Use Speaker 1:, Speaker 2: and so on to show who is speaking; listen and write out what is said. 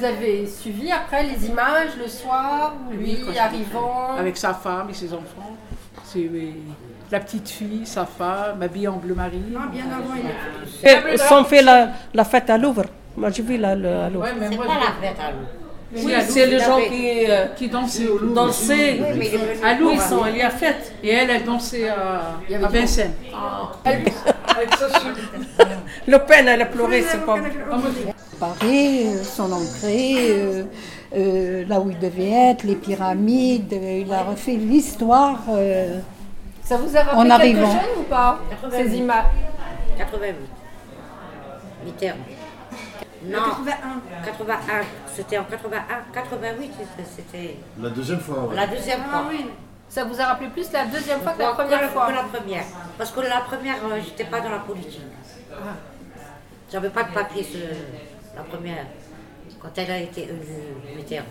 Speaker 1: Vous avez suivi après les images le soir, lui
Speaker 2: Oui, quand j'étais
Speaker 1: arrivant.
Speaker 2: Avec sa femme et ses enfants. C'est euh, la petite fille, sa femme, habillée en bleu marine.
Speaker 1: Ah, bien avant, il était tout seul.
Speaker 3: Ils sont fait Eh, la, la fête à Louvre. Moi, j'ai vu la, le- à Louvre.
Speaker 2: Ouais, mais
Speaker 4: C'est
Speaker 2: moi,
Speaker 4: pas
Speaker 2: je-
Speaker 4: la fête à Lourdes.
Speaker 3: Oui, c'est les gens qui, euh,
Speaker 2: qui dansait au Louvre.
Speaker 3: dansaient.
Speaker 4: mais il est venu
Speaker 3: À Louvre,
Speaker 4: pour
Speaker 3: ils sont
Speaker 4: un-
Speaker 3: allés à la fête.
Speaker 2: Et elle, elle dansait à,
Speaker 1: Il y avait
Speaker 2: à
Speaker 1: du monde. Ah.
Speaker 2: Vincennes.
Speaker 3: Le Pen, elle a pleuré, c'est pas
Speaker 5: Paris, euh, son entrée, euh, euh, là où il devait être, les pyramides, euh, il a refait l'histoire. euh.
Speaker 1: Ça vous a rappelé
Speaker 5: En
Speaker 1: quelque
Speaker 5: arrivant.
Speaker 1: chose ou pas Ces images.
Speaker 4: 88. Mitterrand. Non. 81. 81. C'était en 81. 88, c'était- c'était
Speaker 6: La deuxième fois, ouais.
Speaker 4: la deuxième fois.
Speaker 1: Ça vous a rappelé plus la deuxième fois que Ah la
Speaker 4: Encore
Speaker 1: première fois.
Speaker 4: que la première. Parce que la première, euh, j'étais pas dans la politique.
Speaker 1: Ah.
Speaker 4: J'avais pas de papier, ce- la première, quand elle a été élue Mitterrand.